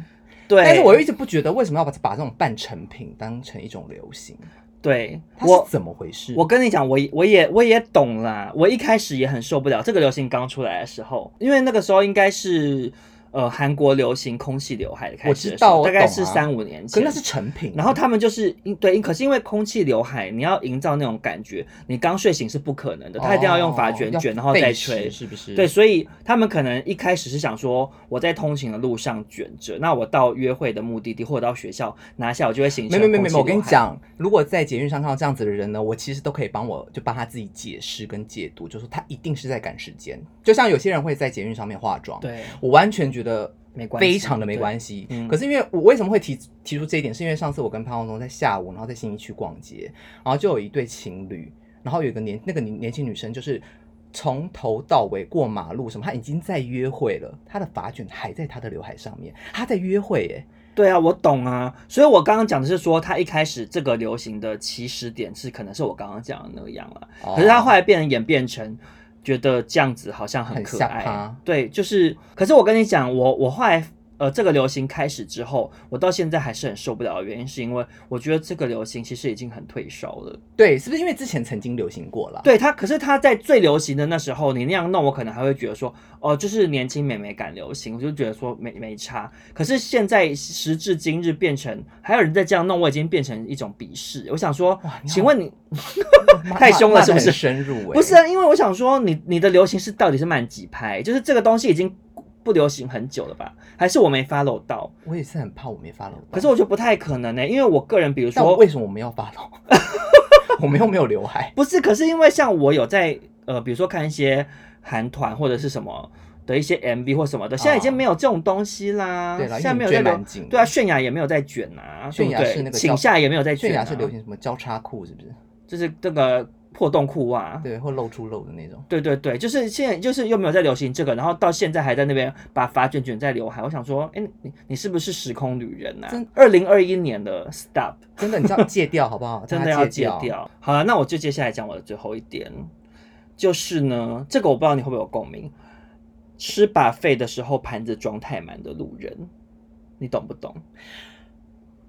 Speaker 2: 对，
Speaker 3: 但是我又一直不觉得为什么要把把这种半成品当成一种流行，
Speaker 2: 对
Speaker 3: 它是
Speaker 2: 我
Speaker 3: 怎么回事？
Speaker 2: 我跟你讲，我也我也我也懂啦。我一开始也很受不了这个流行刚出来的时候，因为那个时候应该是呃韩国流行空气刘海的开
Speaker 3: 我
Speaker 2: 始
Speaker 3: 知
Speaker 2: 的时候
Speaker 3: 道我
Speaker 2: 大概
Speaker 3: 懂
Speaker 2: 是
Speaker 3: 啊
Speaker 2: 三五年
Speaker 3: 可
Speaker 2: 前，
Speaker 3: 那是成品。啊
Speaker 2: 然后他们就是因对，因可是因为空气刘海，你要营造那种感觉，你刚睡醒是不可能的，他一定要用发卷
Speaker 3: 哦
Speaker 2: 卷，
Speaker 3: 要
Speaker 2: 然后再
Speaker 3: 背时
Speaker 2: 吹。
Speaker 3: 是不是？
Speaker 2: 对，所以他们可能一开始是想说，我在通勤的路上卷着，那我到约会的目的地或者到学校拿下，我就会形
Speaker 3: 没
Speaker 2: 成
Speaker 3: 没没没
Speaker 2: 空
Speaker 3: 没，
Speaker 2: 气
Speaker 3: 我跟你
Speaker 2: 刘海，
Speaker 3: 讲，如果在捷运上看到这样子的人呢，我其实都可以帮我就帮他自己解释跟解读，就说他一定是在赶时间。就像有些人会在捷运上面化妆，
Speaker 2: 对，
Speaker 3: 我完全觉得
Speaker 2: 没关系
Speaker 3: 非常的没关系。
Speaker 2: 对嗯
Speaker 3: 可是因为我为什么会提提出这一点，是因为上次我跟潘宏东在下午，然后在新一区逛街，然后就有一对情侣，然后有一个年那个年年轻女生就是。从头到尾过马路什么，她已经在约会了，她的发卷还在她的刘海上面，她在约会耶、
Speaker 2: 对啊，我懂啊，所以我刚刚讲的是说，他一开始这个流行的起始点是可能是我刚刚讲的那样了，
Speaker 3: 哦
Speaker 2: 可是他后来变演变成觉得这样子好像很
Speaker 3: 很
Speaker 2: 可
Speaker 3: 吓
Speaker 2: 爱
Speaker 3: 趴，
Speaker 2: 对，就是。可是我跟你讲，我我后来呃这个流行开始之后，我到现在还是很受不了的原因，是因为我觉得这个流行其实已经很退烧了。
Speaker 3: 对，是不是因为之前曾经流行过了？
Speaker 2: 对它，可是它在最流行的那时候，你那样弄，我可能还会觉得说，哦，就是年轻美眉感流行，我就觉得说没没差。可是现在时至今日，变成还有人在这样弄，我已经变成一种鄙视。我想说
Speaker 3: 哇，你好
Speaker 2: 请问 你
Speaker 3: 哦 骂，
Speaker 2: 太凶了是不是
Speaker 3: 骂得很深入、欸，
Speaker 2: 不是、啊，因为我想说你，你的流行是到底是慢几拍？就是这个东西已经不流行很久了吧？还是我没 follow 到？
Speaker 3: 我也是很怕我没发了。
Speaker 2: 可是我觉得不太可能呢、欸因为我个人，比如
Speaker 3: 但我
Speaker 2: 说
Speaker 3: 为什么我们要发了？ 我们又没有刘 海。
Speaker 2: 不是，可是因为像我有在呃，比如说看一些韩团或者是什么的一些 MV 或什么的，现在已经没有这种东西啦。
Speaker 3: 哦对啦，
Speaker 2: 现
Speaker 3: 因
Speaker 2: 在没
Speaker 3: 为你
Speaker 2: 有
Speaker 3: 追
Speaker 2: 在
Speaker 3: 蛮
Speaker 2: 流。
Speaker 3: 紧。
Speaker 2: 对啊，，泫雅也没有在卷啊，
Speaker 3: 泫雅
Speaker 2: 对不
Speaker 3: 是
Speaker 2: 对
Speaker 3: 那个
Speaker 2: 请
Speaker 3: 叫
Speaker 2: 下也没有在
Speaker 3: 泫
Speaker 2: 卷、啊，
Speaker 3: 雅是流行什么交叉裤，是不是？
Speaker 2: 就是这个破洞裤袜。
Speaker 3: 对，会露出肉的那种。
Speaker 2: 对对对，就是现在就是又没有在流行这个，然后到现在还在那边把发卷卷在刘海，我想说，哎，你你是不是时空旅人呐、
Speaker 3: 真
Speaker 2: 啊？二零二一年的 stop
Speaker 3: 真的，你知道戒掉好不好？
Speaker 2: 真的
Speaker 3: 让它
Speaker 2: 要
Speaker 3: 戒
Speaker 2: 戒。掉。好了，那我就接下来讲我的最后一点，就是呢，这个我不知道你会不会有共鸣，吃把费的时候盘子装太满的路人，你懂不懂？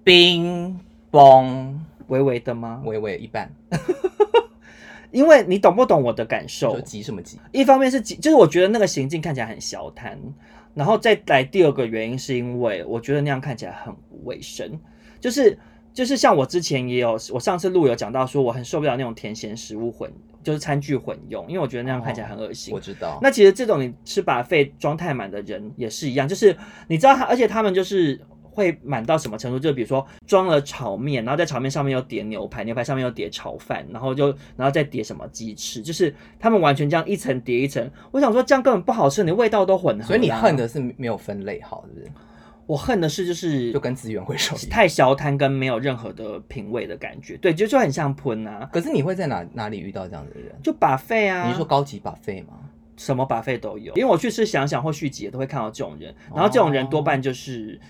Speaker 3: 冰崩，
Speaker 2: 微微的吗？
Speaker 3: 微微一半。
Speaker 2: 因为你懂不懂我的感受
Speaker 3: 说？急什么急？
Speaker 2: 一方面是几，就是我觉得那个行径看起来很小摊，然后再来第二个原因是因为我觉得那样看起来很不卫生，就是就是像我之前也有，我上次录有讲到说我很受不了那种甜咸食物混，就是餐具混用，因为我觉得那样看起来很恶心。
Speaker 3: 哦我知道。
Speaker 2: 那其实这种你吃把费装太满的人也是一样，就是你知道他，而且他们就是会满到什么程度？就比如说装了炒面，然后在炒面上面又叠牛排，牛排上面又叠炒饭，然后就然后再叠什么鸡翅，就是他们完全这样一层叠一层。我想说这样根本不好吃，你味道都混合啦。
Speaker 3: 所以你恨的是没有分类好，是不是？
Speaker 2: 我恨的是就是
Speaker 3: 就跟资源回收一样。
Speaker 2: 太消摊跟没有任何的品味的感觉，对，就就很像喷啊，
Speaker 3: 可是你会在哪哪里遇到这样的人？
Speaker 2: 就把费啊。
Speaker 3: 你是说高级把费吗？
Speaker 2: 什么把费都有，因为我去吃想想或续集也都会看到这种人，然后这种
Speaker 3: 哦
Speaker 2: 人多半就是嘖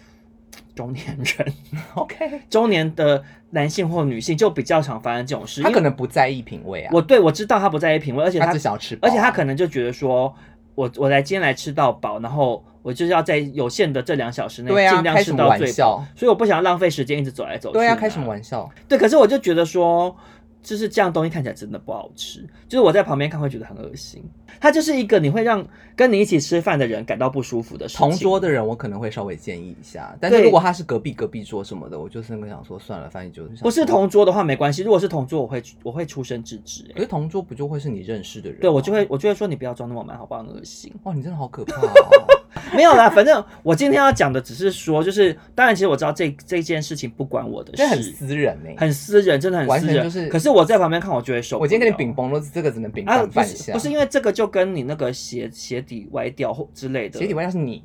Speaker 2: 中年人，
Speaker 3: OK，
Speaker 2: 中年的男性或女性就比较常发生这种事。
Speaker 3: 他
Speaker 2: 因为
Speaker 3: 可能不在意品味啊，
Speaker 2: 我对我知道他不在意品味，而且
Speaker 3: 他
Speaker 2: 他
Speaker 3: 只想要吃饱啊，
Speaker 2: 而且他可能就觉得说，我我来今天来吃到饱，然后我就是要在有限的这两小时内
Speaker 3: 对啊
Speaker 2: 尽量
Speaker 3: 开
Speaker 2: 吃
Speaker 3: 什么
Speaker 2: 到
Speaker 3: 玩
Speaker 2: 最
Speaker 3: 笑
Speaker 2: 饱，所以我不想要浪费时间一直走来走去。
Speaker 3: 对啊，开什么玩笑？
Speaker 2: 对，可是我就觉得说，就是这样东西看起来真的不好吃，就是我在旁边看会觉得很恶心。它就是一个你会让跟你一起吃饭的人感到不舒服的事情。
Speaker 3: 同桌的人我可能会稍微建议一下，但是
Speaker 2: 对
Speaker 3: 如果他是隔壁隔壁桌什么的，我就是跟想说算了，反正就是想
Speaker 2: 不是
Speaker 3: 说，
Speaker 2: 同桌的话没关系，如果是同桌，我会我会出声制止、
Speaker 3: 可
Speaker 2: 欸。
Speaker 3: 是同桌不就会是你认识的人吗？
Speaker 2: 对，我就会我就会说你不要装那么满，好不好？很恶心。
Speaker 3: 哇，你真的好可 怕、哦！
Speaker 2: 没有啦，反正我今天要讲的只是说，就是当然，其实我知道这这件事情不关我的
Speaker 3: 这很
Speaker 2: 事，
Speaker 3: 私人哎、
Speaker 2: 很私人，真的很
Speaker 3: 完
Speaker 2: 私
Speaker 3: 全
Speaker 2: 人。
Speaker 3: 就是
Speaker 2: 可是我在旁边看，我就会受不了。
Speaker 3: 我今天跟你饼崩都是这个只能饼
Speaker 2: 啊，
Speaker 3: 拌
Speaker 2: 不
Speaker 3: 拌一下、
Speaker 2: 是不是因为这个就跟你那个鞋鞋底歪掉或之类的，
Speaker 3: 鞋底外要是你，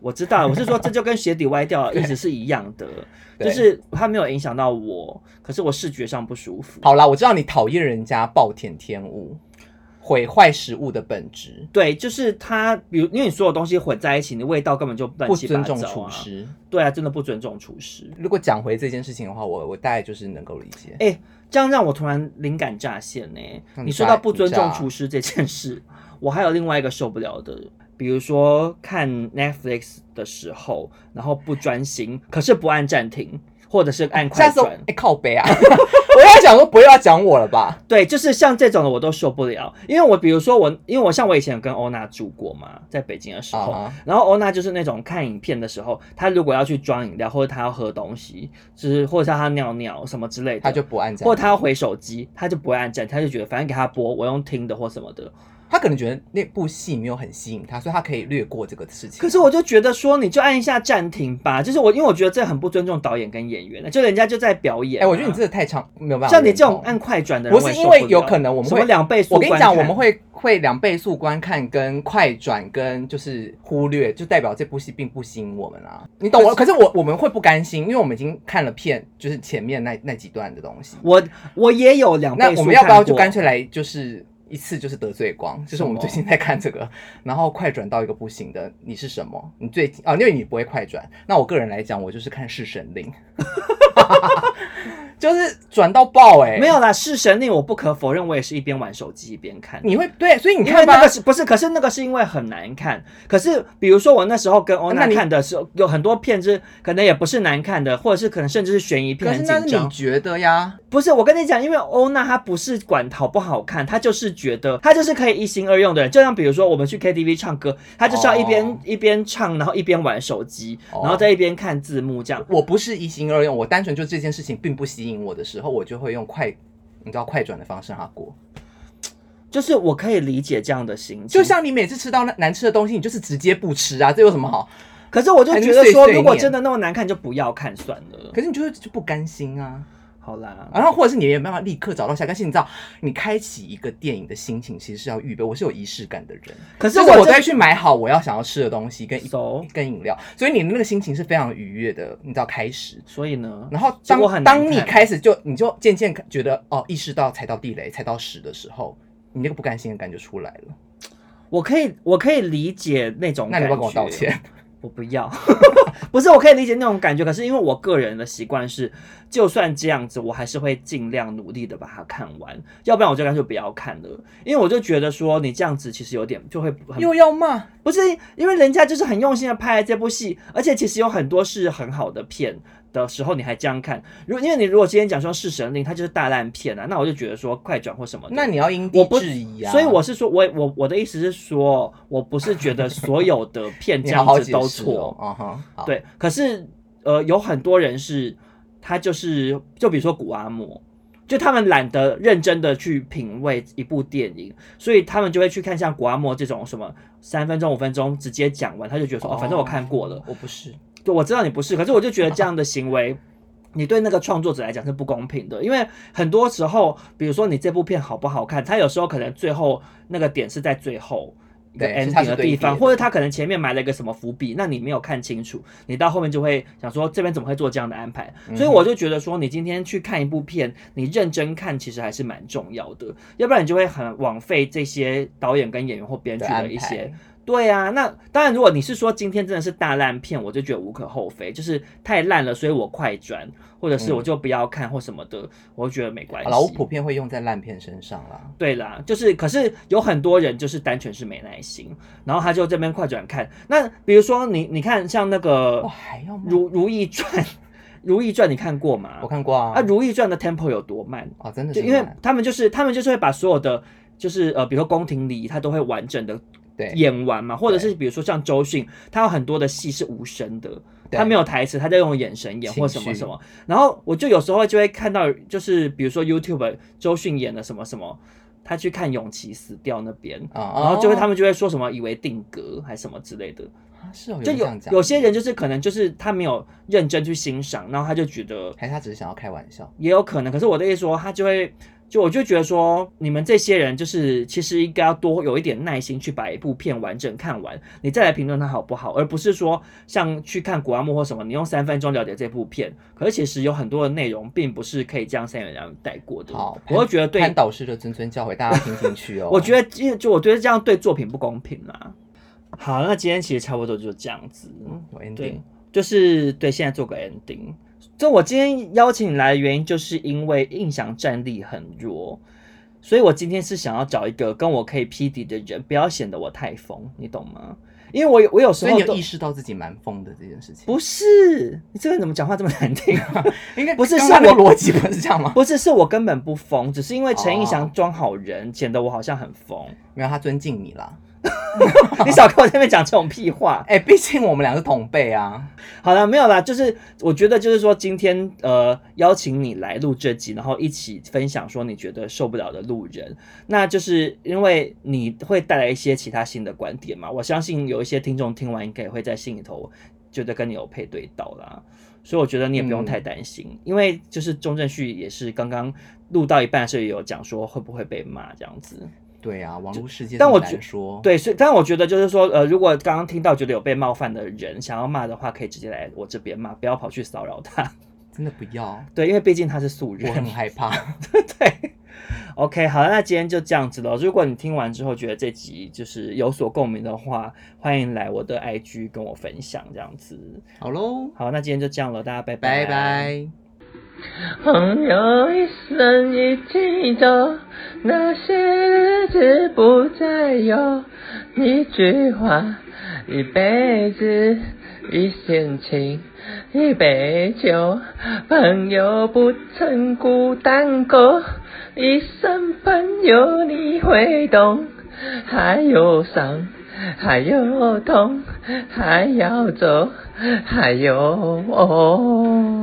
Speaker 2: 我知道，我是说这就跟鞋底歪掉意思是一样的，
Speaker 3: 对
Speaker 2: 就是它没有影响到我，可是我视觉上不舒服。
Speaker 3: 好啦，我知道你讨厌人家暴殄天物，毁坏食物的本质，
Speaker 2: 对，就是它，比如因为你所有东西混在一起，你味道根本就乱
Speaker 3: 不
Speaker 2: 七八
Speaker 3: 尊
Speaker 2: 糟、啊、
Speaker 3: 重厨。师。
Speaker 2: 对啊，真的不尊重厨师。
Speaker 3: 如果讲回这件事情的话，我我大概就是能够理解。
Speaker 2: 哎、这样让我突然灵感乍现呢、
Speaker 3: 那你
Speaker 2: 你说
Speaker 3: 炸
Speaker 2: 到不尊
Speaker 3: 你炸
Speaker 2: 重厨师这件事，我还有另外一个受不了的，比如说看 Netflix 的时候，然后不专心，可是不按暂停，或者是按快
Speaker 3: 下次我
Speaker 2: 转
Speaker 3: 哎、。靠背啊， 我在想说，不要讲我 了吧？
Speaker 2: 对，就是像这种的我都受不了，因为我比如说我，因为我像我以前有跟欧娜住过嘛，在北京的时候
Speaker 3: 啊哈
Speaker 2: 然后欧娜就是那种看影片的时候，她如果要去装饮料或者她要喝东西，就是或者是她尿尿什么之类的，
Speaker 3: 他就不按这
Speaker 2: 或
Speaker 3: 样
Speaker 2: 者，她要回手机，她就不会按暂停，她就觉得反正给她播，我用听的或什么的。
Speaker 3: 他可能觉得那部戏没有很吸引他，所以他可以略过这个事情。
Speaker 2: 可是我就觉得说，你就按一下暂停吧，就是我因为我觉得这很不尊重导演跟演员的，就人家就在表演啊、
Speaker 3: 哎、我觉得你这个太长，没有办法
Speaker 2: 像
Speaker 3: 认同。
Speaker 2: 你这种按快转的人，
Speaker 3: 不是
Speaker 2: 我也
Speaker 3: 因为
Speaker 2: 受了
Speaker 3: 有可能我们
Speaker 2: 什
Speaker 3: 会
Speaker 2: 么两倍速
Speaker 3: 我跟你讲，
Speaker 2: 观看
Speaker 3: 我们会会两倍速观看跟快转跟就是忽略，就代表这部戏并不吸引我们啦。你懂我？可是我我们会不甘心，因为我们已经看了片，就是前面那那几段的东西。
Speaker 2: 我我也有两倍
Speaker 3: 那
Speaker 2: 速
Speaker 3: 我们要不要就干
Speaker 2: 看过
Speaker 3: 脆来就是一次就是得罪光？就是我们
Speaker 2: 什么
Speaker 3: 最近在看这个，然后快转到一个不行的，你是什么？你最近啊，因为你不会快转。那我个人来讲，我就是看《侍神令》， 就是转到爆哎、
Speaker 2: 没有，啦，是神令，我不可否认，我也是一边玩手机一边看。
Speaker 3: 你会对，所以你
Speaker 2: 因为
Speaker 3: 看吧，
Speaker 2: 那个是不是？可是那个是因为很难看。可是比如说我那时候跟欧
Speaker 3: 那
Speaker 2: 娜
Speaker 3: 你
Speaker 2: 看的时候，有很多片是可能也不是难看的，或者是可能甚至是悬疑
Speaker 3: 可
Speaker 2: 片，
Speaker 3: 是
Speaker 2: 很
Speaker 3: 那
Speaker 2: 紧
Speaker 3: 是你
Speaker 2: 张。
Speaker 3: 觉得呀？
Speaker 2: 不是，我跟你讲，因为欧娜她不是管好不好看，她就是觉得她就是可以一心二用的人。就像比如说我们去 KTV 唱歌，她就是要一边、
Speaker 3: 哦
Speaker 2: 一边唱，然后一边玩手机，
Speaker 3: 哦
Speaker 2: 然后再一边看字幕这样。
Speaker 3: 我不是一心二用，我单纯就这件事情并不吸引我的时候，我就会用快，你知道快转的方式让它过。
Speaker 2: 就是我可以理解这样的心情，
Speaker 3: 就像你每次吃到那难吃的东西，你就是直接不吃啊，这有什么好？
Speaker 2: 可是我就觉
Speaker 3: 很
Speaker 2: 得
Speaker 3: 碎碎
Speaker 2: 说，
Speaker 3: 念
Speaker 2: 如果真的那么难看，就不要看算了。
Speaker 3: 可是你就是就不甘心啊。
Speaker 2: 好啦，
Speaker 3: 然后或者是你也没办法立刻找到下一个，但是你知道，你开启一个电影的心情其实是要预备。我是有仪式感的人，
Speaker 2: 可是
Speaker 3: 就
Speaker 2: 我
Speaker 3: 是我
Speaker 2: 真
Speaker 3: 都会去买好我要想要吃的东西跟
Speaker 2: So？
Speaker 3: 跟饮料，所以你的那个心情是非常愉悦的，你知道开始。
Speaker 2: 所以呢，
Speaker 3: 然后
Speaker 2: 结果很
Speaker 3: 当
Speaker 2: 难看
Speaker 3: 当你开始就你就渐渐觉得哦，意识到踩到地雷、踩到屎的时候，你那个不甘心的感觉出来了。
Speaker 2: 我可以我可以理解那种
Speaker 3: 那你
Speaker 2: 感
Speaker 3: 要
Speaker 2: 觉，
Speaker 3: 不要跟我道歉？
Speaker 2: 我不要， 不是我可以理解那种感觉，可是因为我个人的习惯是，就算这样子，我还是会尽量努力的把它看完，要不然我就干脆不要看了，因为我就觉得说你这样子其实有点就会很
Speaker 3: 又要骂，
Speaker 2: 不是因为人家就是很用心的拍了这部戏，而且其实有很多是很好的片的时候，你还这样看。如因为你如果今天讲说是神令，它就是大烂片啊，那我就觉得说快转或什么的。
Speaker 3: 那你要因
Speaker 2: 我
Speaker 3: 地
Speaker 2: 不
Speaker 3: 制宜啊。
Speaker 2: 所以我是说，我我我的意思是说，我不是觉得所有的片这
Speaker 3: 你
Speaker 2: 样
Speaker 3: 好好
Speaker 2: 子
Speaker 3: 解
Speaker 2: 都
Speaker 3: 释
Speaker 2: 错，
Speaker 3: 哦，嗯哼，好，
Speaker 2: 对。可是呃，有很多人是他就是就比如说古阿莫。就他们懒得认真的去品味一部电影，所以他们就会去看像古阿莫这种什么三分钟五分钟直接讲完，他就觉得说哦，反正我看过了，
Speaker 3: 我不是。
Speaker 2: 就我知道你不 是，可是我就觉得这样的行为，你对那个创作者来讲是不公平的，因为很多时候，比如说你这部片好不好看，它有时候可能最后那个点是在最后。一个
Speaker 3: 对是它
Speaker 2: ending
Speaker 3: 是
Speaker 2: 的
Speaker 3: 对
Speaker 2: 地
Speaker 3: 叠
Speaker 2: 方，
Speaker 3: 的
Speaker 2: 或者他可能前面埋了一个什么伏笔，那你没有看清楚，你到后面就会想说这边怎么会做这样的安排？
Speaker 3: 嗯
Speaker 2: 所以我就觉得说，你今天去看一部片，你认真看其实还是蛮重要的，要不然你就会很枉费这些导演跟演员或编剧
Speaker 3: 的安
Speaker 2: 的一
Speaker 3: 排
Speaker 2: 些对啊，那当然，如果你是说今天真的是大烂片，我就觉得无可厚非，就是太烂了，所以我快转，或者
Speaker 3: 嗯
Speaker 2: 是我就不要看或什么的，我就觉得没关
Speaker 3: 好了，我
Speaker 2: 系
Speaker 3: 普。遍会用在烂片身上啦。
Speaker 2: 对啦，就是可是有很多人就是单纯是没耐心，然后他就这边快转看。那比如说你，你看像那个《
Speaker 3: 哇，还要骂？
Speaker 2: 如如懿传》，《如懿传》你看过吗？
Speaker 3: 我看过啊。
Speaker 2: 啊，《如懿传》的 tempo 有多慢？
Speaker 3: 啊，真的
Speaker 2: 就是因为
Speaker 3: 烂
Speaker 2: 他们就是他们就是会把所有的就是呃，比如说宫廷礼仪，他都会完整的
Speaker 3: 对
Speaker 2: 演完嘛，或者是比如说像周迅，她有很多的戏是无声的，
Speaker 3: 对
Speaker 2: 她没有台词，她在用眼神演
Speaker 3: 情绪
Speaker 2: 或什么什么。然后我就有时候就会看到，就是比如说 YouTube 周迅演的什么什么，她去看永琪死掉那边，
Speaker 3: 啊，
Speaker 2: 然后就会他
Speaker 3: 们
Speaker 2: 们就会说什么以为定格还什么之类的，
Speaker 3: 是哦，
Speaker 2: 就
Speaker 3: 人这
Speaker 2: 有
Speaker 3: 样讲
Speaker 2: 有些人就是可能就是他没有认真去欣赏，然后他就觉得
Speaker 3: 还是他只是想要开玩笑。
Speaker 2: 也有可能。可是我的意思说，他就会。就我就觉得说，你们这些人就是其实应该要多有一点耐心去把一部片完整看完，你再来评论它好不好，而不是说像去看古阿莫或什么，你用三分钟了解这部片，可是其实有很多的内容并不是可以这样三言两语带过的。
Speaker 3: 好，
Speaker 2: 我会觉得对。
Speaker 3: 潘，导师的谆谆教诲，大家听进去 哦
Speaker 2: 我觉得就就我觉得这样对作品不公平啦。好，那今天其实差不多就这样子。
Speaker 3: 嗯有
Speaker 2: 对
Speaker 3: ending，，
Speaker 2: 就是对，现在做个 ending。这我今天邀请你来的原因，就是因为印象战力很弱，所以我今天是想要找一个跟我可以匹敌的人，不要显得我太疯，你懂吗？因为我有我有时
Speaker 3: 所以
Speaker 2: 候
Speaker 3: 你
Speaker 2: 都
Speaker 3: 有意识到自己蛮疯的这件事情？
Speaker 2: 不是你这个人怎么讲话这么难听、 啊？
Speaker 3: 应该
Speaker 2: 不是
Speaker 3: 刚
Speaker 2: 是
Speaker 3: 刚那
Speaker 2: 我
Speaker 3: 个逻辑不是这样吗？
Speaker 2: 不是，是我根本不疯，只是因为陈意
Speaker 3: 哦
Speaker 2: 翔装好人，显得我好像很疯。
Speaker 3: 没有，他尊敬你啦。
Speaker 2: 你少跟我这边讲这种屁话。
Speaker 3: 哎、毕竟我们俩是同辈啊。
Speaker 2: 好了，没有啦，就是我觉得就是说今天呃邀请你来录这集，然后一起分享说你觉得受不了的路人，那就是因为你会带来一些其他新的观点嘛。我相信有一些听众听完应该也会在心里头觉得跟你有配对到啦。所以我觉得你也不用太担心，因为就是钟正旭也是刚刚录到一半的时候也有讲说会不会被骂这样子，
Speaker 3: 对啊，网络世界
Speaker 2: 但
Speaker 3: 这
Speaker 2: 我
Speaker 3: 么难
Speaker 2: 觉
Speaker 3: 说。，
Speaker 2: 对，所以但我觉得就是说，呃，如果刚刚听到觉得有被冒犯的人想要骂的话，可以直接来我这边骂，不要跑去骚扰他。
Speaker 3: 真的不要，
Speaker 2: 对，因为毕竟他是素
Speaker 3: 我
Speaker 2: 人。
Speaker 3: 很害怕。
Speaker 2: 对，OK，好，那今天就这样子了。如果你听完之后觉得这集就是有所共鸣的话，欢迎来我的 IG 跟我分享这样子。
Speaker 3: 好喽，
Speaker 2: 好，那今天就这样了，大家拜
Speaker 3: 拜拜。
Speaker 1: 朋友一生一起走，那些日子不再有。一句话，一辈子，一线情，一杯酒。朋友不曾孤单过，一生朋友你会懂。还有伤，还有痛，还要走，还有哦。